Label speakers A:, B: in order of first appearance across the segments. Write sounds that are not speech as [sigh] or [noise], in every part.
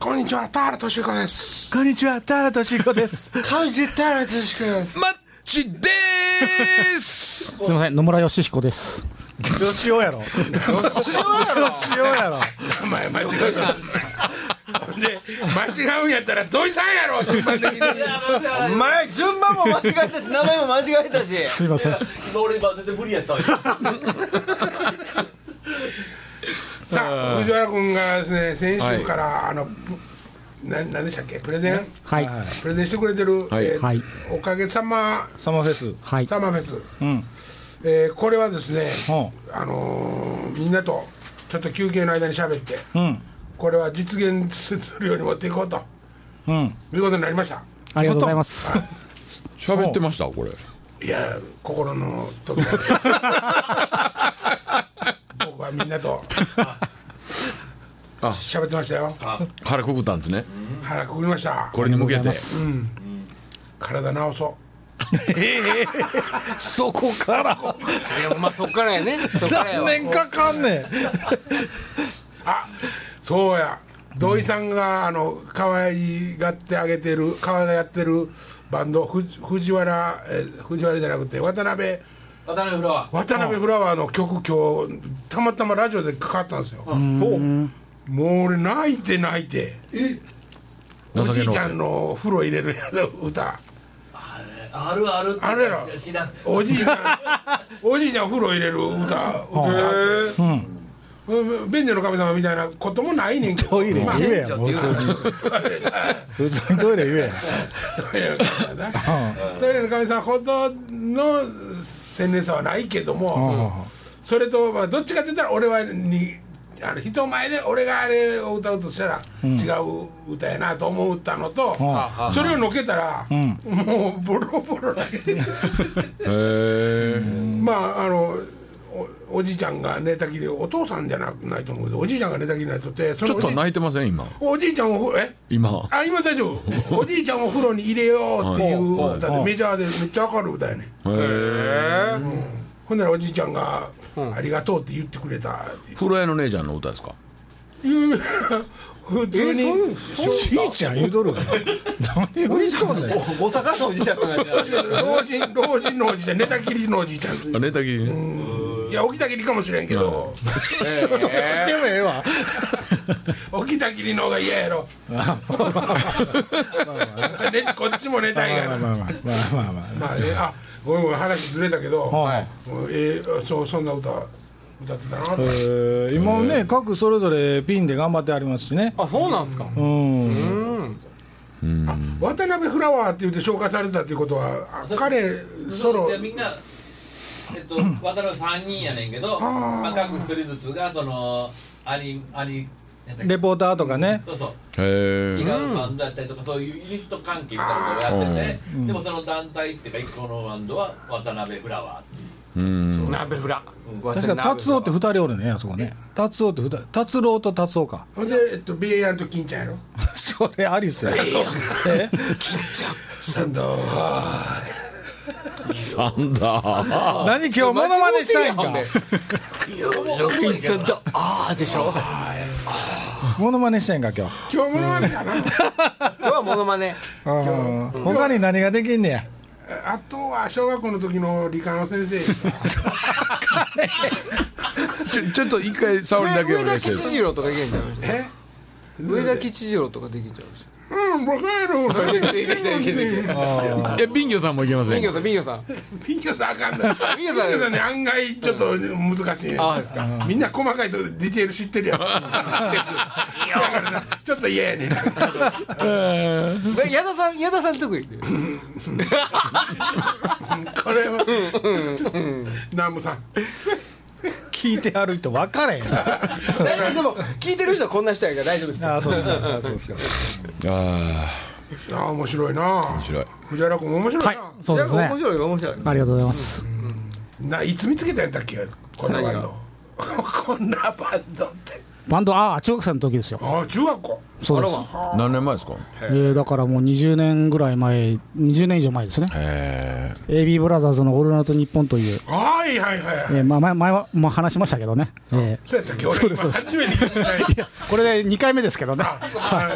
A: こんにちは、田原俊彦です。
B: こんにちは、田原俊彦
C: [laughs]
B: です。
A: こんにちは、田原俊彦です。
D: マッチでーす
C: すみません、野村義彦です。
B: 吉尾やろ。吉尾やろ。
A: 前間違えた。ほんで、間違うんやったら、土井さんやろ、順
D: [laughs]
A: 番的に。
D: お前順番も間違えたし名前も間違えたし
C: すみません。
E: 俺今出て無理やったわ
A: さあ、藤原君がですね、先週から、あの。ななんでしたっけプレゼン、
C: はい。
A: プレゼンしてくれてる、
D: はい
A: えー
C: はい
A: おかげさま
B: サマーフェス。
C: はい。
A: サマーフェス、
B: ん
A: えーこれはですね、
B: う
A: あのーみんなとちょっと休憩の間に喋って
B: ん。うん。
A: これは実現するように持っていこうと
B: うん。
A: 見事になりました
C: ありがとうございます。
D: 喋ってましたこれ
A: いや心の
D: [laughs]
A: 扉で僕はみんなと
D: あ
A: 喋ってましたよ
D: 腹くくったんですね
A: 腹くぐりました
D: これに向けて
A: 体治そ
B: そこから。
D: いやまあそっからやねそっからや
B: 何
D: わ
B: 年かかんねん。
A: うあそうや土井さんがあの可愛がってあげてる可愛がやってるバンドふ藤原えー藤原じゃなくて渡辺
E: 渡辺フラワ
A: 渡辺フラワーの曲今日たまたまラジオでかかったんですよもう俺泣いて泣いておじいちゃんの風呂入れるやつ歌
E: ーあるあるって
A: あるやろ
E: 知らん
A: おじいち
B: [laughs]
A: ゃんおじいちゃん風呂入れる歌歌うん便所の神様みたいなこともないねんけど
B: トイレ
A: まあ
B: 言えや。もう普通に。普通にトイレ言え
A: トイレの神様なトイレの神様ほどの鮮明さはないけども、それと、まあ、どっちかって言ったら俺はにあの人前で俺があれを歌うとしたら違う歌やなと思ったのと、それをのけたら、もうボロボロだけ
D: へ
A: ど
D: え
A: まああのおおじいちゃんが寝たきりお父さんじゃなくないと思うけどおじいちゃんが寝たきりになっとってそ
D: ち
A: の
D: ょ
A: お
D: っ
A: じ
D: と泣いてません今
A: おじいちゃんをえ
D: 今
A: あ今大丈
B: [laughs]
A: 夫おじいちゃんをお風呂に入れようっていう歌で、メジャーでめっちゃ明るい歌やねん
D: へえ
A: ほんならおじいちゃんが「ありがとう」って言ってくれたって
D: 風呂屋の姉ちゃんの歌ですか
A: いう普通に
B: や。じいちゃん言うとるがな。何を言うとんねん。
E: 大阪のおじちゃんが
A: 老人老人のおじいちゃん寝たきりのおじいちゃん
D: あ寝たきり
A: いや起きたきりかもしれんけど
B: どっちでもええわ。
A: 起きたきりの方が嫌やろね [laughs] こっちも寝たいが
B: ま
A: ら
B: あまあまあまあまあまあ。
A: まあねあごめんごめん話ずれたけど、
B: はい
A: えーそうそんな歌歌ってたな
B: えー今ね各それぞれピンで頑張ってありますしね。
F: あそうなんですか
B: うん。
A: 渡辺フラワーって言って紹介されたっていうことはあ彼ソロ
E: じゃあみんなえっと渡辺三人やねんけど
A: ー
E: まあ各一人ずつがそのアニアニなんだっけ
B: レポーターとかね。
E: そうそう
D: へ
E: 違
D: え
E: うバンドやったりとかそういうユニット関係みたいなことをやっててでもその団体っていうか一個のバンドは渡辺フラワーっていう
D: うん
F: 鍋フラ
B: 確か達夫って二人おるねあそこね達夫って二人達郎と達夫か [laughs]
A: ほんで、えっと、ビエヤンと金ちゃんやろ
B: それアリスやえ
A: サンドは
D: サンダー
B: 何今日モノマネしたいんか
F: あでしょ今
B: モノマネしたいんか今日
A: 今日ものまねだな
F: 日はモノマネ
B: うん他に何ができんねや
A: あとは小学校の時の理科の先生
D: ちょちょっと一回沙織だけお
F: 上
D: 願
F: 田
D: いして
F: 吉次郎とかいけんじゃん
A: え
F: 上田吉次郎とかできんじゃん
A: うん僕やろ
D: えビンギョさんもいけませ
F: ビ
D: ん
F: ンギョさんビンギョさん
A: ピンキョさんあかんな
F: ピンキョさん
A: ピね案外ちょっと難しいね
F: ああですか
A: みんな細かいとこディテール知ってるやん知ってるしだからなちょっと嫌やねん
F: で矢田さん矢田さん得意で
A: これは南部さん
B: 聞いてある人分からへん
F: 大丈夫でも聞いてる人はこんな人やから大丈夫です
B: あそうです [laughs] かあそうですか
D: あ
A: ああ面白いな面
D: 白い
A: 藤原君面白いな,、
C: はい。そうですね
F: 面。白いよ面白い
C: ありがとうございます。
A: [laughs] ないつ見つけたんやったっけこんなバンドこんなバンドって
C: バンドああ中学生の時ですよ
A: ああ中学校
C: そうです、
G: 何年前ですか
C: えーだからもう20年ぐらい前20年以上前ですね
G: へ
C: AB ブラザーズの「オールナイトニッポン」という、
A: はいはいはいはい
C: えーまあ、前前は、まあ、話しましたけどね、え
A: そうやったっけ俺今初めて聞いたない
C: ーこれで2回目です
A: [laughs]
C: けどね
A: ああ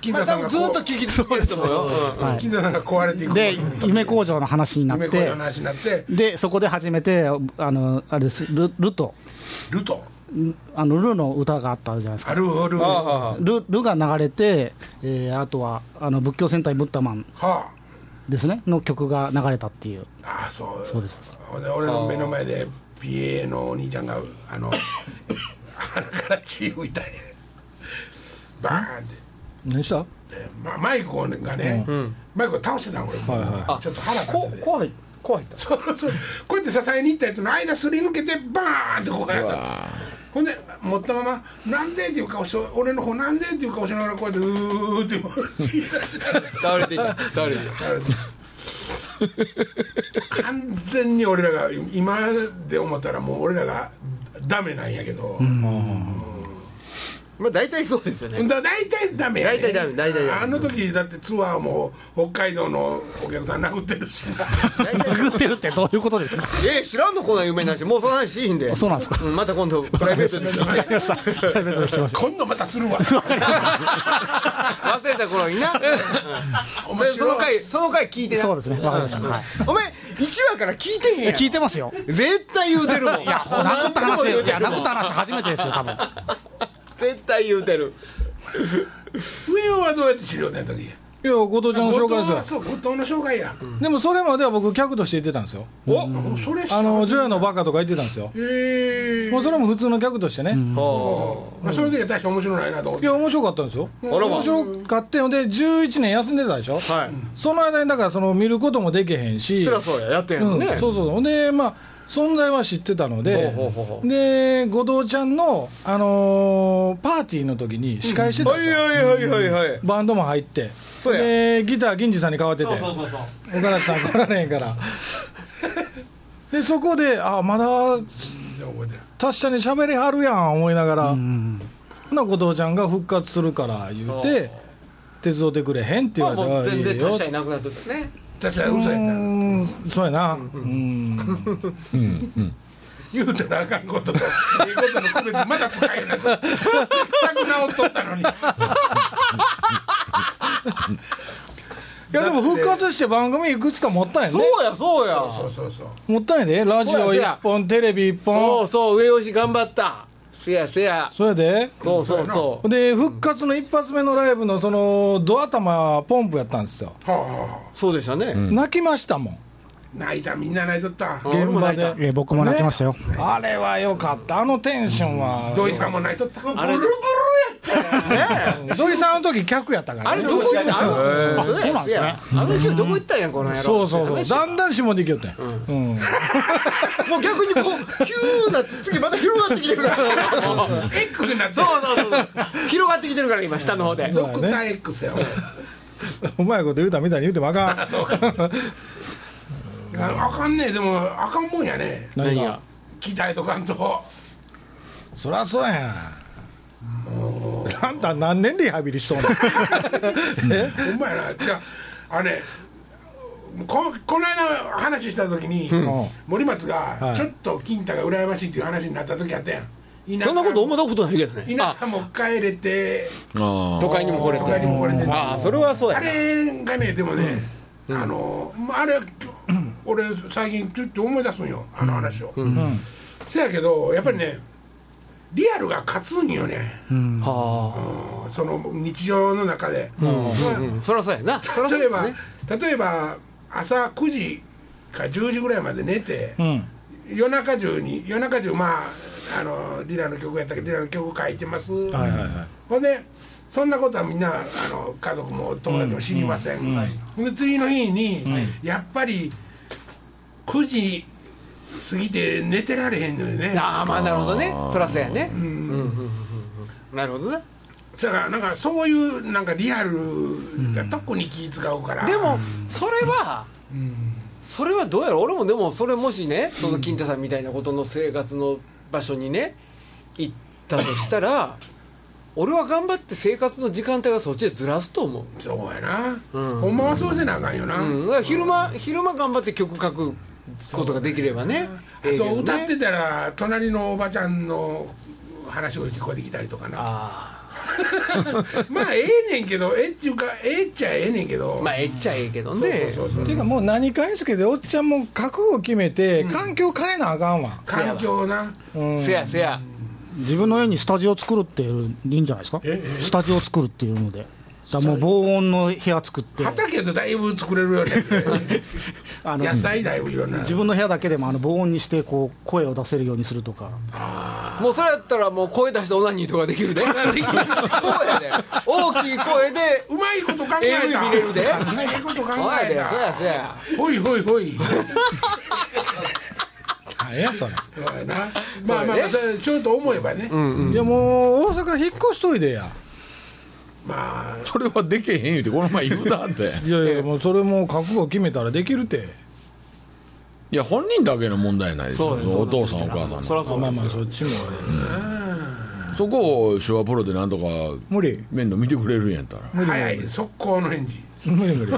A: き金田さんが
F: ずっと
A: こ
F: 聞き続けると思うよ。
A: ううん金田さんが壊れていく
C: で夢工場の話になっ
A: 夢子
C: て
A: の話になって
C: でそこで初めてあのあれですルルと
A: ルト
C: あのルの歌があったじゃないですか
A: あるある
F: あ
A: は
F: あは
C: ルルが流れて、えーあとはあの仏教戦隊ブッダマン
A: あ
C: ですねの曲が流れたっていう
A: ああそう
C: そうです
A: ほんで俺の目の前で PA のお兄ちゃんがあ [laughs] の鼻から血吹いたねバーンって
B: 何した
A: でまマイクをねがね、マイクを倒してたの俺も、ちょっと腹立って
F: あ
A: て
F: 怖い怖いって。
A: そうそうこうやって支えに行ったやつの間すり抜けてバーンってこうかれたほんで持ったまま「なんで?」っていう顔して俺の方なんで?」っていう顔しながらこうやってうーってもう [laughs] 血出して
F: 倒れていた倒れていた。
A: 完全に俺らが今で思ったらもう俺らがダメなんやけど、
F: まあ大体そうですよね。
A: だ大体ダメや、ね、
F: 大体ダメ大体ダメ
A: あの時だってツアーも北海道のお客さん殴ってるし [laughs] な
F: 大体
C: 殴ってるってどういうことですか
F: えー、知らんのこんな有名なし、もうその話しいひんで。
C: そうなんですか
F: んまた今度プライベートで聞いて。
C: よっしゃプライベートで聞きます
A: 今度またす [laughs] るわ
F: 忘れた頃にな。
A: お
F: そ
A: 前
F: れ [laughs] その回その回聞いてな。
C: [laughs] そうですねわかりました、はい
F: お前一話から聞いてへんやん。
C: 聞いてますよ
F: 絶対言うてるもん。いや
C: 殴った [laughs] 話
F: 言う
C: い
F: て
C: や
F: るも
C: 殴
F: ん
C: った話初めてですよ多分
F: [laughs] 絶対言うてる。
A: 上尾はどうやって知り合うたんや時
B: いや後藤ちゃんの紹介
A: 後藤
B: ですよ
A: そう後藤の紹介や、
B: でもそれまでは僕客として行ってたんですよ
A: おそれ知ら
B: あ
A: ん
B: のジョヤのバカとか行ってたんですよ
A: へえ
B: もうそれも普通の客としてね
A: まあ、その時は大して面白ないなと思っ
B: い
A: て
B: や面白かったんですよ
F: らま
B: 面白かったよで11年休んでたでしょ
F: はい。
B: その間にだからその見ることもできへんし
F: そりゃそうややってんやもんね。
B: うん、そうそうほんでまあ存在は知ってたので
F: ほうほうほうほ
B: で後藤ちゃんの、あのーパーティーの時に司会してたん
F: は
B: で
F: い
B: すよ
F: はいはいはいはい。
B: バンドも入って
F: そうや
B: でギター銀次さんに変わってて
H: そうそうそうそう
B: 岡田さん来られへんからでそこであまだ
A: 覚えてる
B: 達者に喋りはるやん思いながらほんな後藤ちゃんが復活するから言うて手伝ってくれへんって言
F: まあ
B: われたら
F: もう全
B: い
F: 然
B: いよ
F: 達者いなくなっとったね。
A: だって嘘やな
B: うーんそうやなうん
A: 言うたらあかんこととええことの区別まだ使えないせっかく治っとったのに
B: いやでも復活して番組いくつか持ったんやね
F: そうやそうや。
A: そうそうそう
B: 持ったんやでラジオ
F: そうやそう
B: 一
F: や
B: 本テレビ一
F: そう
B: 本
F: そう上吉頑張った。せやせや。
B: それで
F: そうそうそ
B: で復活の一発目のライブのそのド頭ポンプやったんですよ
A: はあは
F: う。そうでしたね。
B: 泣きましたもん
A: あ泣いたみんな泣いとった
F: 俺も泣いた
B: 現場で
C: えー僕も泣きましたよ、
B: あれはよかったあのテンションは
A: 土井さんも泣いとった
F: あれブル
B: 土井さんの時客やったから
F: あ
B: ね
F: れどこ行ったの？そう
C: そうな
F: や
C: ん
F: せ
C: です
F: や
C: ね。
F: あの人どこ行ったんやこの野郎。
B: そうそうそう
F: せや
B: だ
F: ね
B: んだん下できよってんうん
F: もう逆にこう急な次また広がってきてるから。
A: X になって
F: そうそうそう。広がってきてるから今下の方で。
A: ドクター X やもん
B: うまいこと言うたみたいに言うてもあかん
A: ああかんねでもあかんもんやね
B: [laughs] 何が
A: 鍛えとかんと
B: そりゃそうやんあんた何年リハビリしとん [laughs] のえ
A: ほんまやなじゃああれここの間話した時に、
B: ん
A: 森松が
B: い
A: ちょっと金太が羨ましいっていう話になった時あったやん
F: そんなこと思ったことないけどね。
A: 田舎も帰れて
G: ーあ
F: 都会にも来れて。
A: 都会にも来れて
F: ああそれはそうや
A: あ
F: な。
A: れがねでもね、あのまああれ俺最近ちょっと思い出すんよあの話を、せやけどやっぱりねリアルが勝つんよね、
F: は
A: うんその日常の中で、まあ
F: あ。そりゃそうやな。そりゃそう
A: 例え
F: で
A: ば
F: すね。
A: 例えば朝9時か10時ぐらいまで寝て、
B: うん
A: 夜中中に夜中中まああのリラの曲やったけどリラの曲書いてます、
B: はいはいはい
A: ほんでそんなことはみんなあの家族も友達も知りません、ほんで次の日に、やっぱり9時過ぎて寝てられへんのよね
F: ああまあなるほどね。そりゃそうやね。うんうんうんうん。なるほどね。
A: だからなんかそういうなんかリアルが特に気使うから、
F: でもそれは、それはどうやろ俺もでもそれもしねその金太さんみたいなことの生活の場所にね行っったとしたら俺は頑張って生活の時間帯はそっちでずらすと思う
A: そうやな、ほんまはそうせなあかんよな、
F: うん、だから昼間、昼間頑張って曲書くことができればね
A: あ
F: ええけど
A: と
F: ね
A: 歌ってたら隣のおばちゃんの話が聞こえてきたりとかな
F: あ
A: [laughs] まあええねんけどええっちゅうかええっちゃええねんけど
F: あまあええっちゃええけどね
A: そうそう
B: て
A: そ
B: いううかもう何かにつけておっちゃんも覚悟決めて環境変えなあかんわ、
A: 環境な
B: うん [laughs]
F: せやせや
C: 自分の家にスタジオ作るっていういいんじゃないですか
A: ええ
C: スタジオ作るっていうのでだからもう防音の部屋作って
A: 畑でだいぶ作れるようにな
F: [laughs]
A: って
C: あの
A: 野菜だいぶいろんな
C: 自分の部屋だけでもあの防音にしてこう声を出せるようにするとか
F: もうそれやったらもう声出してオナニーとかできるでそうやで大きい声で
A: うまいこと考えた
F: AV 見れるで
A: うまいこと考
F: おい
A: え
F: でそや
A: た
F: そや
A: ほいほい
F: [laughs]
A: ほい
B: 何やそれ
A: そうやなまあま
F: そう
A: あ
F: やね
A: それちょっと思えばね
B: いやもう大阪引っ越しといでや
A: まあ
G: それはでけへん言うてこの前言うたって
B: いやいやもうそれもう覚悟決めたらできるて
G: いや本人だけの問題ないですよ
F: そうです
G: お父さんお母さんの
F: そら
G: そ
F: そ
B: まあ
F: う
B: まあそっちもあれ
G: こを手話プロでなんとか
B: 無理
G: 面倒見てくれるんやったら
A: 早い速攻の返事
B: 無理無理
G: い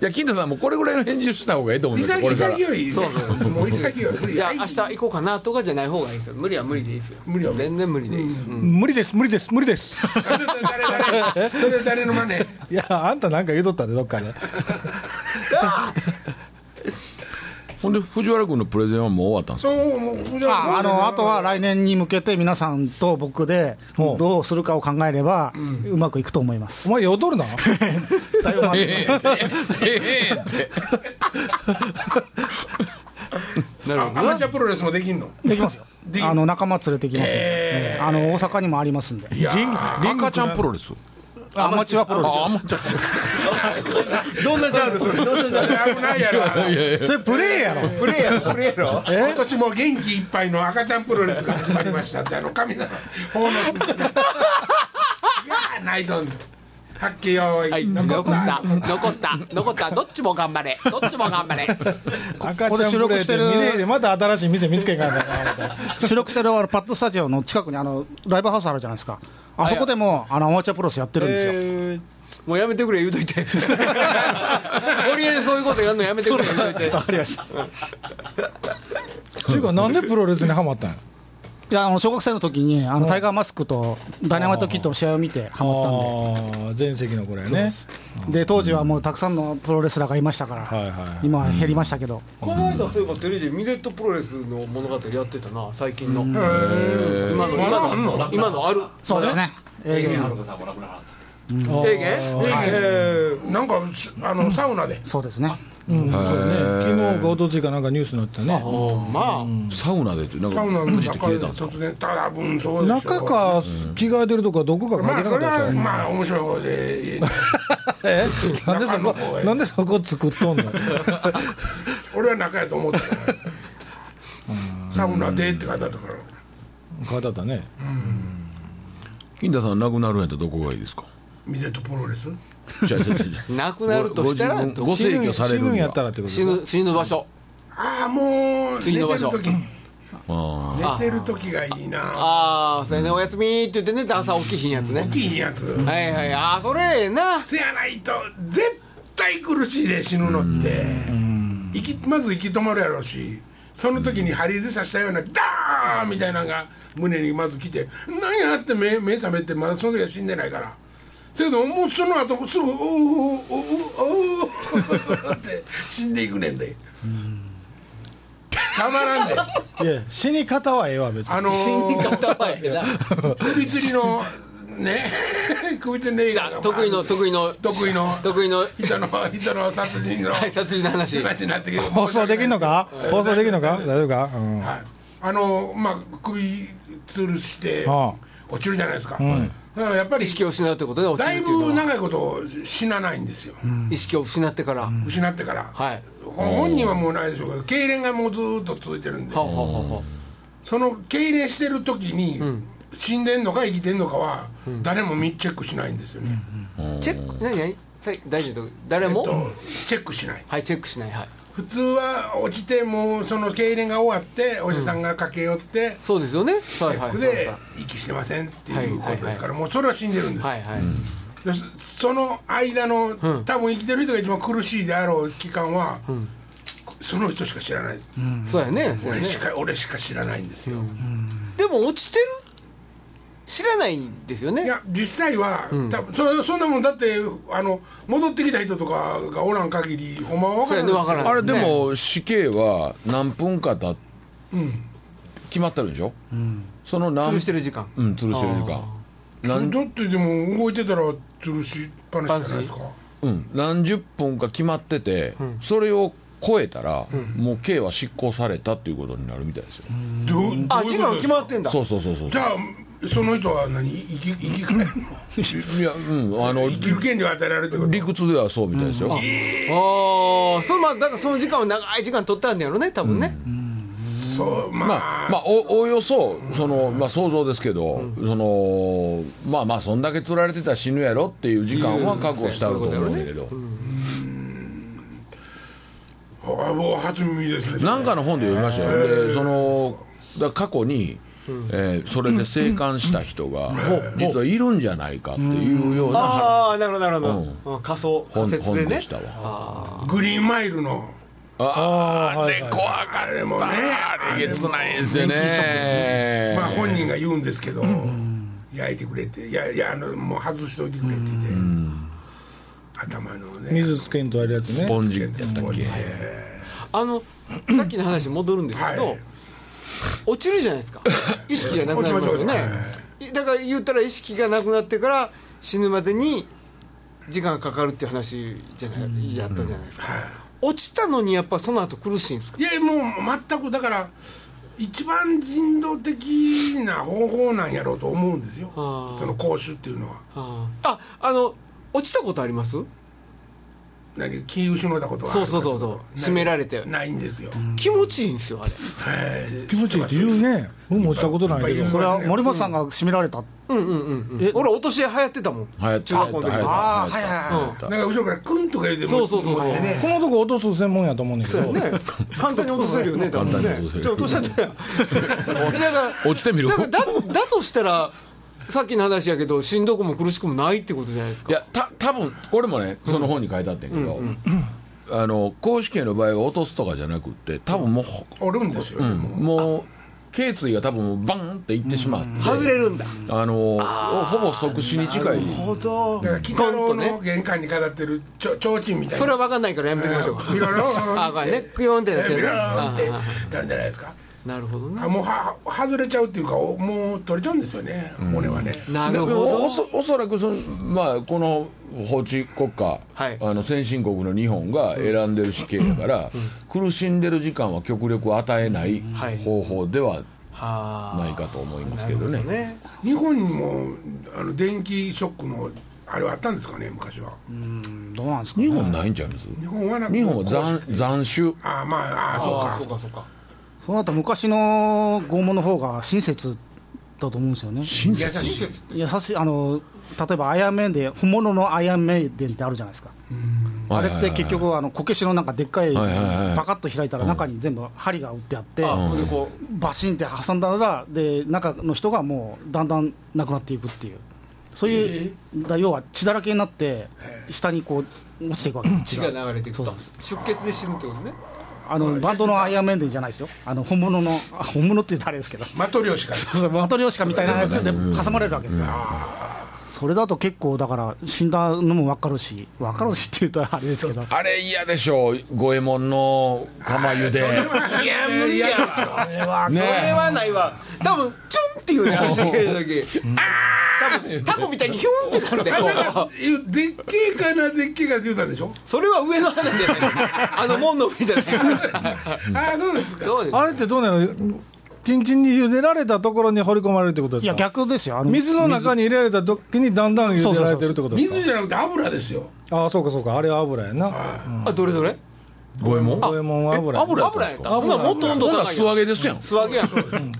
G: や金田さんもこれぐらいの返事をした方がいいと思うんですよこ
A: 潔
G: れか
A: 潔
G: ら
A: いねもう潔いよ無理
F: じゃあ
A: はい
F: 明日行こうかなとかじゃない方がいいですよ無理は無理でいいですよ
A: 無理は無理
F: 全然無理でいい、うん
B: 無理です無理です無理です
A: 誰誰誰それ誰の真似
B: いやあんたなんか言うとったでどっかで
G: ほんで藤原君のプレゼンはもう終わったんですか
A: そうもうじゃ
C: ああのあとは来年に向けて皆さんと僕で
B: ほう
C: どうするかを考えればうまくいくと思います
B: お前よどるなだいぶ
G: え
B: 待って
G: えってええって
F: なる
A: あ
F: ほ
A: ア
F: ど
A: マ
F: な
A: チュアプロレスもできんの
C: できますよ
A: でき
C: あの仲間連れてきますんで、ええあの大阪にもありますんで
A: いや
B: リンリング
G: [laughs] 赤ちゃんプロレス
C: アマチュアプロレ
G: ああもうちょっ
D: どんなジャンルそれどんなジャンル
A: 危ないやろ
G: といやいや
B: それプレイやろ
D: プレイヤープレイヤーの
A: 今年も元気いっぱいの赤ちゃんプロレスが始まりましたってあの神様法の鈴いやーないどんはっけよーい、
F: はい
A: 残
F: 残
A: っ
F: ったた残った残ったどっちも頑張れどっちも頑張れ
B: 赤
C: ここで収録してる
B: 見ねえでまた新しい店見つけんかんな
C: ス収録してるあのパッドスタジオの近くにあのライブハウスあるじゃないですかあそこでもあのアマチュアプロレスやってるんですよ、
F: もうやめてくれ言うといて堀江でそういうことやるのやめてくれ言うといて
C: わかりました
B: っていうかなんでプロレスにハマったんや
C: いやあの小学生の時にあのタイガーマスクとダイナマイトキットの試合を見てハマったんで
B: ああ全席のこれね
C: で当時はもうたくさんのプロレスラーがいましたから、
B: はいはい
C: 今は減りましたけど、
F: この間そういえばテレビでミレットプロレスの物語やってたな最近の今の今の今のある
C: そうですね、
E: え
C: え
E: え
C: ー
E: はるかさんも亡くならはった
F: えええ
A: なんかあのサウナで
C: そうですね
B: うんそうね昨日かおとついかなんかニュースになったね
F: おま
G: サウナでってなん
A: サ
G: か
A: ウナの
G: くじっ
A: 中
G: て消え
A: で
G: たんですか
A: 突然多分そうでしょ
B: 中か着替えてるとかどこか
A: ま
B: 書い
A: あ
B: て
A: そ
B: な
A: れ
B: かった
A: は
B: でしょ
A: まあ面白い方で
B: えなんでそ
A: 中の
B: こ
A: 方へ
B: なんでそこ作っとんの
A: 俺は中やと思ってたからサウナでって書いてあったから
B: 書いてあったね
G: 金田さん亡くなるんやったらどこがいいですか
A: ミゼットプロレス
G: じゃじゃじゃ
F: あなくなるとしたら
G: ごご
F: どこ
G: 制御され
B: 死
G: る
B: ぬん
G: に
B: や
G: は
B: ったらってこと
F: 死ぬ死ぬ場所
A: ああもう寝て
F: 次
A: る
F: の場所
A: 時
G: あ
A: 寝てる時がいいな
F: ああそれねおやすみって言って寝て朝起きひんやつね
A: 大きいやつ
F: はいはいああそれええな
A: せやないと絶対苦しいで死ぬのって息まず息止まるやろうしその時に針で刺したようなダーンみたいなのが胸にまず来て何やって目目覚めてまだその時は死んでないからそれでももうその後すぐ「おうおうおうおうおう」って死んでいくねんでたまらんで
B: いや死に方はええわ別に
A: あのー、
F: 片前でな
A: 首吊りのね [laughs] 首吊りの映画が
F: 得意の得意の
A: 得意の
F: 得意の
A: 人の人の殺人
F: [laughs]
A: の
F: 挨拶の話
A: 話になってきて
B: 放送できんのか放送できんのか
A: は
B: 大
A: い
B: 丈夫かうん
A: はいあのまあ首吊るして
B: あ
A: 落ちるじゃないですか、
B: ん
A: だからやっぱり
F: 意識を失うってことで落
A: だ
F: ちる
A: い
F: っていう
A: ぶ
F: のは
A: 長いこと死なないんですよ、
F: 意識を失ってから、
A: 失ってから、
F: はい
A: この本人はもうないでしょうけど痙攣がもうずーっと続いてるんで
F: はあ、はあはあは
A: その痙攣してる時に、死んでんのか生きてんのかは誰も密チェックしないんですよね、
F: あチェック何何せ大臣と誰
A: えっ
F: も、
A: とチェックしない
F: はいチェックしないはい
A: 普通は落ちてもうその経連が終わってお医者さんが駆け寄って、
F: そうですよね
A: チ
F: はい
A: ェ
F: は
A: ッ
F: い
A: クで息してませんっていうことですからもうそれは死んでるんです、
F: はいはい、
A: でそその間の多分生きてる人が一番苦しいであろう期間は、その人しか知らない、
F: そうやねそうや
A: 俺
F: ね
A: しか俺しか知らないんですよ、
F: でも落ちてる知らないんですよね
A: いや実際は、多分そそんなもんだってあの戻ってきた人とかがおらん限りほんまは分
F: そ
A: か
F: う
A: ら
F: や
A: ない
F: ねわからない
G: あれでも死刑は何分かだ
A: ん
G: 決まってるでしょ、その何
F: 吊るしてる時間
G: うん吊るしてる時間
A: それ
G: 何,、
A: だってでも動いてたら吊るしっぱなしじゃないですか
G: うん、何十分か決まってて、それを超えたら、もう刑は執行されたっていうことになるみたいですよ、
A: どう
F: あ
A: どうい
F: 時
A: うこと
F: 間
A: です
F: 決
A: か
F: まってんだ
G: そうそうそうそう
A: じゃあその人は何生き生き返るの
G: いやうんあの
A: 生きる権利を与えられるってこと
G: 理屈ではそうみたいですよ、
F: ああそれまあだからその時間を長い時間取ったんやろね多分ね、
A: そうまあ、
G: まあまあ、おおよそその、まあ、想像ですけど、そのまあまあそんだけ釣られてたら死ぬやろっていう時間は覚悟してあると思うんだけど、
A: あもう初耳ですね
G: なんかの本で読みましたよ、でそのだから過去に、えーそれで生還した人が、実はいるんじゃないかっていうような
F: ああなるほどなるほど、仮想仮
G: 本
F: 説
G: 本
F: でね
G: でしたわ。
A: グリーンマイルの
G: ああれ怖か
A: あれも
G: った
A: ね
G: ねあれげつないですよね。
A: まあ本人が言うんですけど、焼いてくれっていやいやあのもう外しといてくれって言って、頭のね
B: 水つけんとやるやつ
G: ス
B: ね
G: ポンジやったっけ
F: あのさっきの話に戻るんですけど、
A: はい
F: 落ちるじゃないですか意識がなくなりますよ
A: 落ち
F: ね
A: ます
F: だから言ったら意識がなくなってから死ぬまでに時間かかるっていう話じゃない、やったじゃないですか、
A: は
F: 落ちたのにやっぱその後苦しいんですか
A: いいやもう全くだから一番人道的な方法なんやろうと思うんですよ
F: あー
A: その講習っていうのは
F: あああの落ちたことあります
A: 何気失ったことはある
F: そうそうそうそう締められて
A: ないんですよ、
F: 気持ちいいんですよあれ
B: 気持ちいいって言うね僕も落ちたことないけ
A: いっぱいいっぱいいる
B: ど
A: よ
C: それは森本さんが締められた
F: うんうんうんうん俺落とし流行ってたもん
G: 流行った
F: 中学校の時
G: 流行った
C: ああはいはいはい
A: なんか後ろからクンとか言うて
F: そうそうそうそう
A: 持ってね
B: このとこ落とす専門やと思うねんだけど、
F: ね、簡単に落とせるよね、多分ね
G: 簡単に落とせ。る
F: じゃあ落としちゃったよ。だから、
G: 落ちてみろ
F: だからだだとしたら、さっきの話やけど、しんどくも苦しくもないってことじゃないです
G: い
F: か。
G: やた多分俺もねその本に書いてあったんやけど、あの公式の場合は落とすとかじゃなくって多分も
A: おるんですよ、
G: う、うんもう頸椎が多分バンっていってしまって、
F: 外れるんだ。
G: あのほぼ即死に近い
F: ほど。
A: だから鬼
F: コ
A: 太
F: ン
A: 郎
F: トね
A: の。玄関に飾ってるちょ提灯みたいな
F: それは分かんないからやめてきましょう
A: ビロローン
F: あ、これね、クヨンってなって
A: ビ
F: るね。
A: ロローンって
F: あ
A: なるんじゃないですか
F: あなるほどね
A: あ。もうは外れちゃうっていうかおもう取れちゃうんですよね、骨はね
F: なるほ
G: おお
F: ど。
G: そおそらくその、まあ、この法治国家、
F: はい
G: あの先進国の日本が選んでる死刑だから、苦しんでる時間は極力与えない
F: はい
G: 方法では
F: は
G: ないかと思いますけどね。
F: あね。
A: 日本にもあの電気ショックのあれはあったんですかね昔は
C: どうなんですか
G: 日
C: ね
G: 本ないんちゃいます
A: 日本はなんか
G: 日本は斬斬首
A: あまああ
F: ああ、
A: そ
F: そうう
A: か
F: か、そうか。
C: そうなったら昔の拷問の方が親切だと思うんですよね
G: 親
A: 優
G: 切
A: しい
C: 優しいあの例えばアイアンメイデン本物のアイアンメイデンってあるじゃないですかあれって結局あのこけしのなんかでっかい
G: はいはいはい
C: パカッと開いたら中に全部針が打ってあって
F: あ、ほんでこう。
C: バシンって挟んだらで中の人がもうだんだんなくなっていくっていうそういう、だ要は血だらけになって下にこう落ちていくわけ
F: 血
C: 血
F: が
C: が
F: 流れていくと
C: そうで
F: 出血で死ぬってことね
C: あのバンドのアイアンメイデンじゃないですよあの本物のあ本物って言うとあれですけど
A: マトリョーシカです
C: そうそうマトリョーシカみたいなやつで挟まれるわけですよ、それだと結構だから死んだのも分かるし分かるしっていうとあれですけど
G: あれ嫌でしょう五右衛門の釜茹で
F: いや無理やろそれはそれはないわ多分チュンっていうね足蹴る時あー多分タコみたいにヒュンってな
G: [laughs]
F: るで
A: えでっけえかなでっけえかって言うたんでしょ
F: それは上の話じゃないあの門の上じゃない
A: ああそうですか
F: そうです
B: あれってどうなのちんちんに茹でられたところに放り込まれるってことで
C: い
B: す
C: や
B: か
C: 逆ですよあの
B: 水の中に入れられた時にだんだん茹でられてるってことですか
A: 水じゃなくて油ですよ
B: ああそうかそうかあれは油やな
F: あどれどれ
G: 五右衛門
B: 五右衛門は油や
G: 油やったん
F: 油
G: で
F: や
G: す
F: っ
G: か
F: たほんならもっと温度
G: ほんなら
F: 高い
G: 素揚
F: やん
G: げですやん
F: 素揚げやん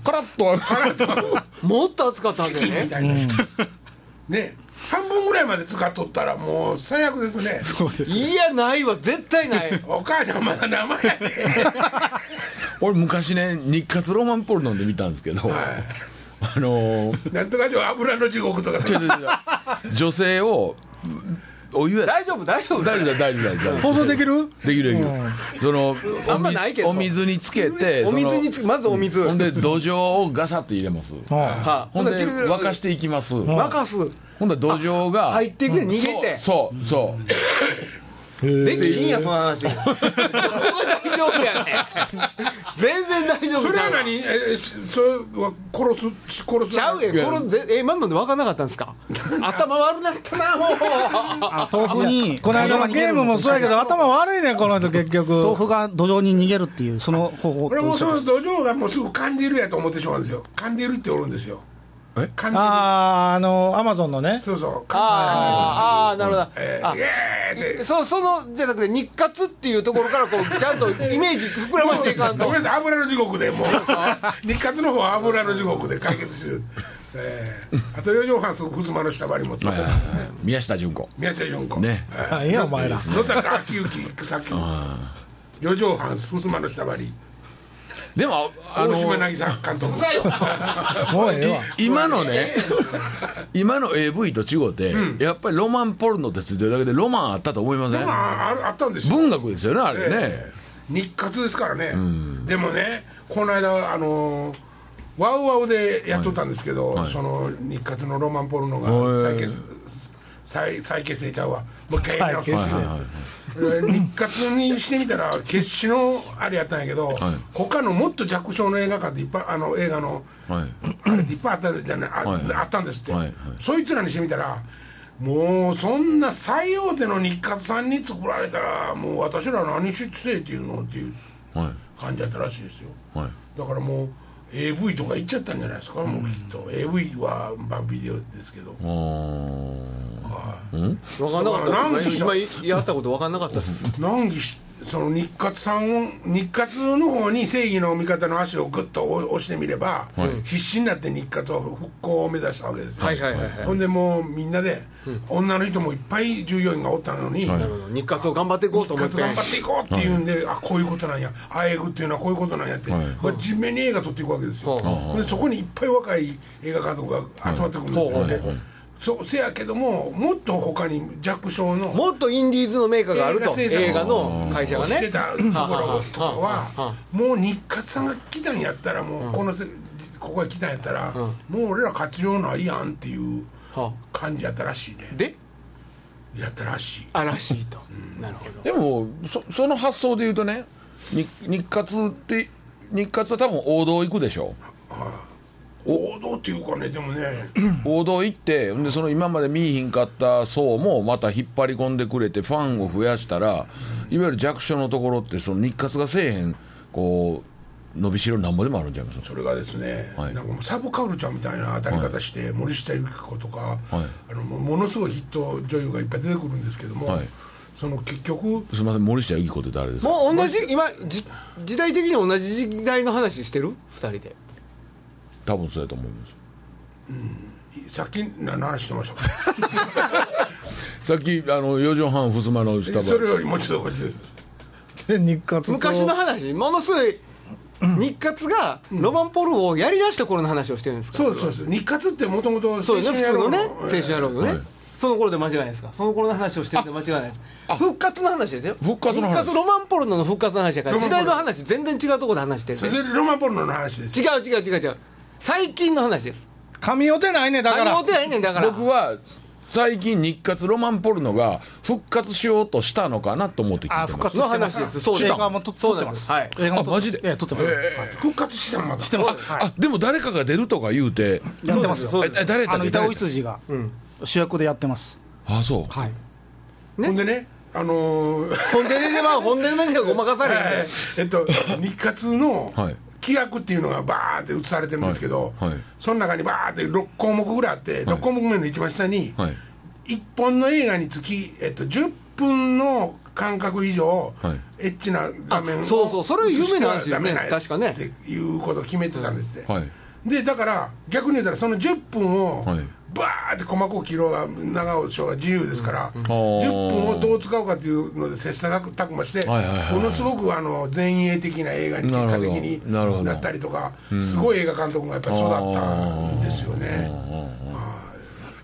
G: カラッと [laughs]
F: もっと熱かったわけ
A: み
F: ね
A: たいな、ね半分ぐらいまで使っとったらもう最悪ですね
B: そうです
F: いやないわ絶対ない
A: お母ちゃんまだ生やで、
G: 俺昔ね日活ロマンポルノで見たんですけど、あのー
A: なんとかじゃ油の地獄とか
G: 違う違う違う女性をお湯や
F: 大丈夫大丈夫
G: 大丈夫だ大丈夫だ大丈夫
B: 放送できる
G: できるできる、その
F: あんまないけど
G: お水につけて
F: お水に
G: そ
F: つまずお水、
G: のほ
F: は
G: んで土壌をガサッと入れます
B: は
F: あ、
G: ほん
F: ほ
G: で
F: んで
G: 沸かしていきます、
F: 沸かす
G: ほんで土壌が
F: 入っていくね逃げて
G: そうそうそう
F: できひんやその話どこが大丈夫やねん全然大丈夫
A: それは
F: ちゃう
A: 何えしそれは殺す殺す
F: ちゃうやんこのぜえ今ので分かんなかったんですか頭悪なったな [laughs] もう
C: あ豆腐に
B: この間の
C: 豆腐が逃げ
B: ゲー
C: る
B: ムもそうやけど頭悪いねこの人結
C: 豆
B: 局
C: 腐が土壌に逃げるっていうその方法と
A: 俺
C: 一
A: もそ
C: 緒
A: の
C: です
A: 土壌がもうすぐ感じるやと思ってしまうんですよ感じるっておるんですよ
G: え
A: 感じる
B: あああのアマゾンのね
A: そうそう
F: あーあーなるほど、
A: え
F: あ
A: ー、イエーイって
F: そそのじゃなくて日活っていうところからこうちゃんとイメージ膨らましていかん [laughs]
A: ご
F: と
A: めんなさい油の地獄で
G: [laughs]
A: もう日活の方は油の地獄で解決してる、えー、あと4畳半すぐくずまの下張りもつ
G: はいはいはい宮下純子
A: 宮下四子
G: ね
B: あいいやお前ら
A: 野坂昭之草木四畳半すぐまの下張り
G: でもあ
A: 大
G: の
A: 島渚監
G: [laughs]
A: 督 [laughs]
B: もうええわ
G: 今のね今の AV と違うて、やっぱりロマンポルノってついてるだけでロマンあったと思いません
A: まああるあったんですよ
G: 文学ですよねあれね、
A: ええ日活ですからね、でもねこの間あのーワウワウでやっとったんですけど、その日活のロマンポルノが
G: は
A: 再
G: い
A: 結再再結成ちゃうわもう一回やり直す
B: 再結
G: はいはい
A: え日活にしてみたら決死のあれやったんやけど、他のもっと弱小の映画館っていっぱいあの映画の
G: はい
A: あれっていっぱいあったんじゃないあ,、
G: はいはい
A: ったんですって、
G: はいはい
A: そいつらにしてみたらもうそんな最大手の日活さんに作られたらもう私ら何出世っていうのっていう
G: は
A: 感じやったらしいですよ
G: いはい
A: だからもう AV とか行っちゃったんじゃないですかもうきっと AV はまあビデオですけど
G: あー
F: 分かんなかった
A: なんでしょう
F: 今やったこと分かんなかったです
A: 難儀しその日活さんを日活の方に正義の味方の足をグッと押押してみれば、必死になって日活を復興を目指したわけですよ、
F: はいはいはいはい
A: ほんでもうみんなで、女の人もいっぱい従業員がおったのに、
G: はい
F: 日活を頑張っていこうと思っ
A: 活
F: て
A: 頑張っていこうっていうんで、あこういうことなんやあえぐっていうのはこういうことなんやって、
G: はい
A: まあ、地面に映画撮っていくわけですよ、
F: はい
A: ほんでそこにいっぱい若い映画監督が集まってくるんですよね、
F: はい
A: そうせやけどももっと他に弱小の
F: もっとインディーズのメーカーがある
A: 映
F: と
A: 画制作
F: 映画の会社が
A: して
F: ね
A: たところとかはもう日活さんが来たんやったらもうこのせここへ来たんやったらもう俺ら活用ないやんっていう
F: は
A: 感じやったらしいね
F: で
A: やったらしい
F: 嵐となるほど
G: でもそその発想で言うとね日日活って日活は多分王道行くでしょ
A: 王道っていうかねでもね
G: 王道行ってほんでその今まで見いひんかった層もまた引っ張り込んでくれてファンを増やしたらいわゆる弱小のところってその日活がせえへんこう伸びしろなんぼでもあるんじゃないですか
A: それがですね、
G: はい
A: なんかもうサブカルチャーみたいな当たり方して、森下由紀子とか、あのもうものすごいヒット女優がいっぱい出てくるんですけども、
G: はい
A: その結局
G: すみません森下由紀子って誰ですか
F: もう同じ今じ時代的に同じ時代の話してる二人で
G: 多分そうやと思います
A: さっき何の話してましたか
G: さっきあの4畳半ふすまの下
A: そ
G: ば
A: れよりもうちょっとこっちです
B: で日活と
F: 昔の話ものすごい日活がロマンポルをやりだした頃の話をしてるんですか
A: そうですそうです日活ってもともと
F: そうね普通のね青春野
A: や
F: 郎のねその頃で間違いないですかその頃の話をしてるんで間違いない復活の話ですよ
G: 復活の話
F: 復活ロマンポルノの復活の話やから
A: ロマン
F: 時
A: ポル
F: 代
A: ノ
F: の話全然違うところで話してる
A: そ
F: ね
A: れでロマンポルノの話です
F: 違う違う違う違う最近の話です
B: 髪寄てないねだか
F: 何
B: ら
F: もてないねんだから
G: 僕は最近日活ロマンポルノが復活しようとしたのかなと思って聞
C: あ
G: いて
C: 復
G: ます
C: 活
F: の
C: してま
F: 話です
C: す
F: そうです
C: 映画も撮
F: そ
C: 撮
F: う
C: っ
F: な
C: て
F: ん
C: ま
F: ですすはい
C: 映画も撮
G: あ
C: っ
G: マジで
C: ええ撮ってます
A: 復活してたまだ
C: してますはい
G: あでも誰かが出るとか言うて
C: やってますよ
G: ええ誰だ
C: あ
G: っ
C: の
G: け
C: 板
G: 誰
C: 尾
G: だっけ
C: 羊が主役でやってます
G: あそう
C: はい
A: ほんでねあのー
F: 本音でねまあ本音でねごまかされへんで
A: [laughs] えっと日活の
G: はい
A: 規約っていうのがバーンって映されてるんですけど、
G: はいはい
A: その中にバーンって6項目ぐらいあって、6項目目の一番下に、
G: はい
A: 一本の映画につき、えっと、10分の間隔以上、
G: はい
A: エッチな画面を
F: あそうそうそれ有名な話よね
A: 映してはダメ
F: 確かね
A: っていうことを決めてたんですって、
G: はい
A: でだから逆に言うたらその10分を
G: はい
A: バーって細く切ろうが長尾賞は自由ですから、10分をどう使うかっていうので切磋琢磨して、
G: はいはいはい
A: ものすごくあの前衛的な映画に結果的に
G: なるほど
A: なったりとかすごい映画監督がやっぱり育ったんですよね。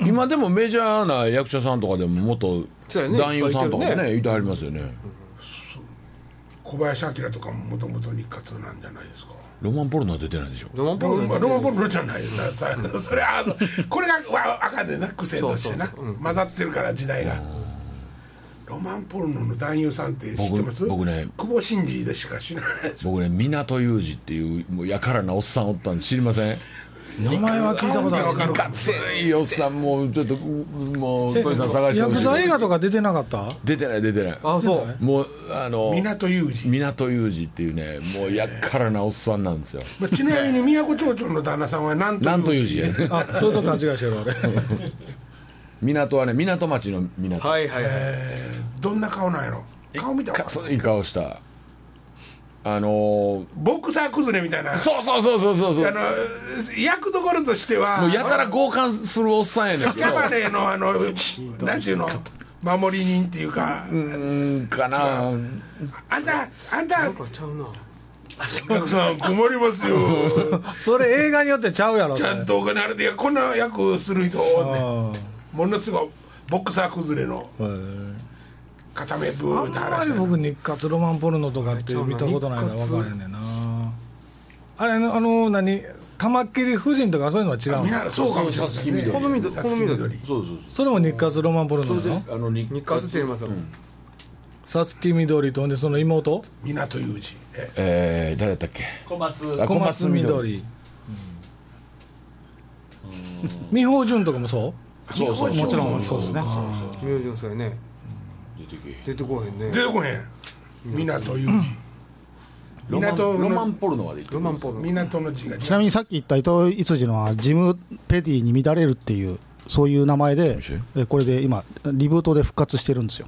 G: 今でもメジャーな役者さんとかでも元
F: そうやね
G: 男優さんと
F: い
G: か
F: っぱいいてる
G: ねいてはりますよね
A: 小林明とかももともと日活なんじゃないですか。
G: ロマンポルノは出てないでしょ
F: ロマンポ
A: ロ
F: ル
A: ン
F: ノ
A: ロンポルノじゃないよなさそれはあのこれがわあかんねんな癖としてな混ざってるから時代がロマンポルノの男優さんって知ってます
G: 僕僕ね
A: 久保真嗣でしか知らないです
G: 僕ね港裕二っていうもうやからなおっさんおったんです知りません
B: 名前は聞いたことある
A: わかる
G: ガツいおっさんもうちょっともう小さん探して
B: ヤ
G: ほ
B: ク
G: しい
B: ザ映画とか出てなかった
G: 出てない出てない
F: あそう
G: もうあの
A: 港裕二、
G: 港裕二っていうねもうやっからなおっさんなんですよ
A: まあ、ちなみに宮古町長の旦那さんはなん
G: なん
A: と
G: と
A: 裕
G: 裕
A: 二
G: 二やね
B: あそういうと勘違いしてる俺 [laughs]
G: 港はね港町の港
F: はいはいはい
A: どんな顔なんやろ顔見たら
G: かつい顔したあの
A: ボクサー崩れみたいな
G: ーそうそうそうそうそうそう
A: あの役どころとしては
G: もうやたら強姦するおっさんやねんけ
A: キ
G: ど
A: ャバレーのあのなんていうの守り人っていうか、
G: うんかな
A: あんたあんた
F: ちゃうな
A: お客さん困りますよ
B: それ映画によってちゃうやろ
A: ち
B: それ
A: ゃんとお金あるでこんな役する人
B: あ
A: おんね
B: ー
A: ものすごいボクサー崩れの片目ブー
B: あ
A: っ
B: ん
A: て
B: ま
A: 話
B: り僕日活ロマンポルノとかって見たことないから分からへんねんなあれあのあの何カマキリ夫人とかそういうのは違う
A: みん
B: の
A: なそうかもしれないね
F: この緑この緑
G: そうそう
B: それも日活ロマンポルノなの
G: そうあの日
F: 日活って言いますよ
B: さつきみどりとほんでその妹
A: 港裕二え
G: えー、誰だったっけ
E: 小松
G: あ
B: 小松みどり美穂純とかもそ
G: そうそう
B: うもちろんそうですね
F: 明星さんやね
G: 出てけ
F: 出てこへんね
A: 出てこへん港裕二
G: ロマン
A: 港の
G: ロマンポルノまで行
F: ロ
G: く
F: マンポルノ
A: 港の字が
C: ちなみにさっき言った伊藤逸次のはジム・ペディに乱れるっていうそういう名前でえこれで今リブートで復活してるんですよ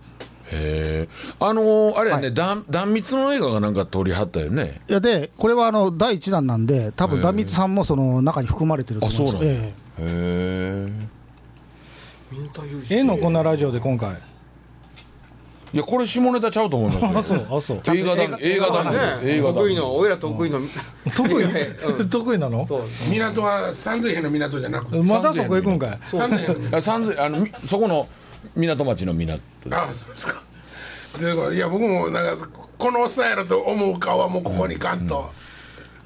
G: へえあのー、あれやね、断断密の映画がなんか撮りはったよね
C: いやでこれはあの第1弾なんで多分壇蜜さんもその中に含まれてると思うんで
G: あ
C: すよ
G: そうなんだ
C: え
G: へえ
F: ミンタユージ
B: ええのこんなラジオで今回
G: いやこれ下ネタちゃうと思いま
B: あ
G: す
B: そ
G: よ
B: う [laughs] あそう
G: 映画だ映画だ
F: ね
G: です映画だ
F: 得意の俺ら [laughs] 得意の
B: 得意
F: いやいやうん
B: 得意なの [laughs]
F: そう
A: 港は三千円の港じゃなくて
B: またそこ行くんかい
A: 三千円の港
G: あ三千あのみそこの港町の港
A: ああそうですかでいや僕もなんかこのおっさんやろと思う顔はもうここにガンと、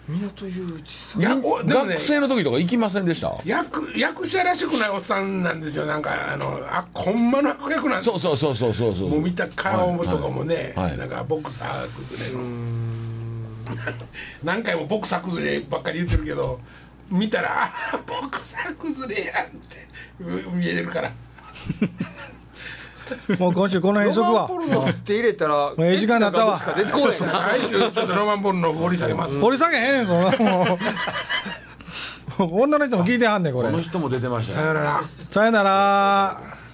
F: 港ユージさ
A: いやおでもね
G: 学生の時とか行きませんでした
A: 役役者らしくないおっさんなんですよなんかあのあほんまの悪役なんです
G: そうそうそうそうそうそう
A: もう見た顔とかもね、
G: はいはい
A: なんかボクサー崩れの [laughs] 何回もボクサー崩ればっかり言ってるけど見たらあーボクサー崩れやんってう見えてるから
B: もう今週この
F: ん
B: 辺にし
F: ロ
B: とく
F: マン
B: わ
F: ポルノって入れ
B: [laughs]
F: たら
B: うええ時間になったわ
F: エッチな画像しか出てこないな
A: 来週ちょっとロマンボールの掘り下げます
B: 掘り下げへんそんなもう女の人も聞いてはんねんこれ
G: この人も出てました
A: さ
G: ね
A: よなら
B: さよなら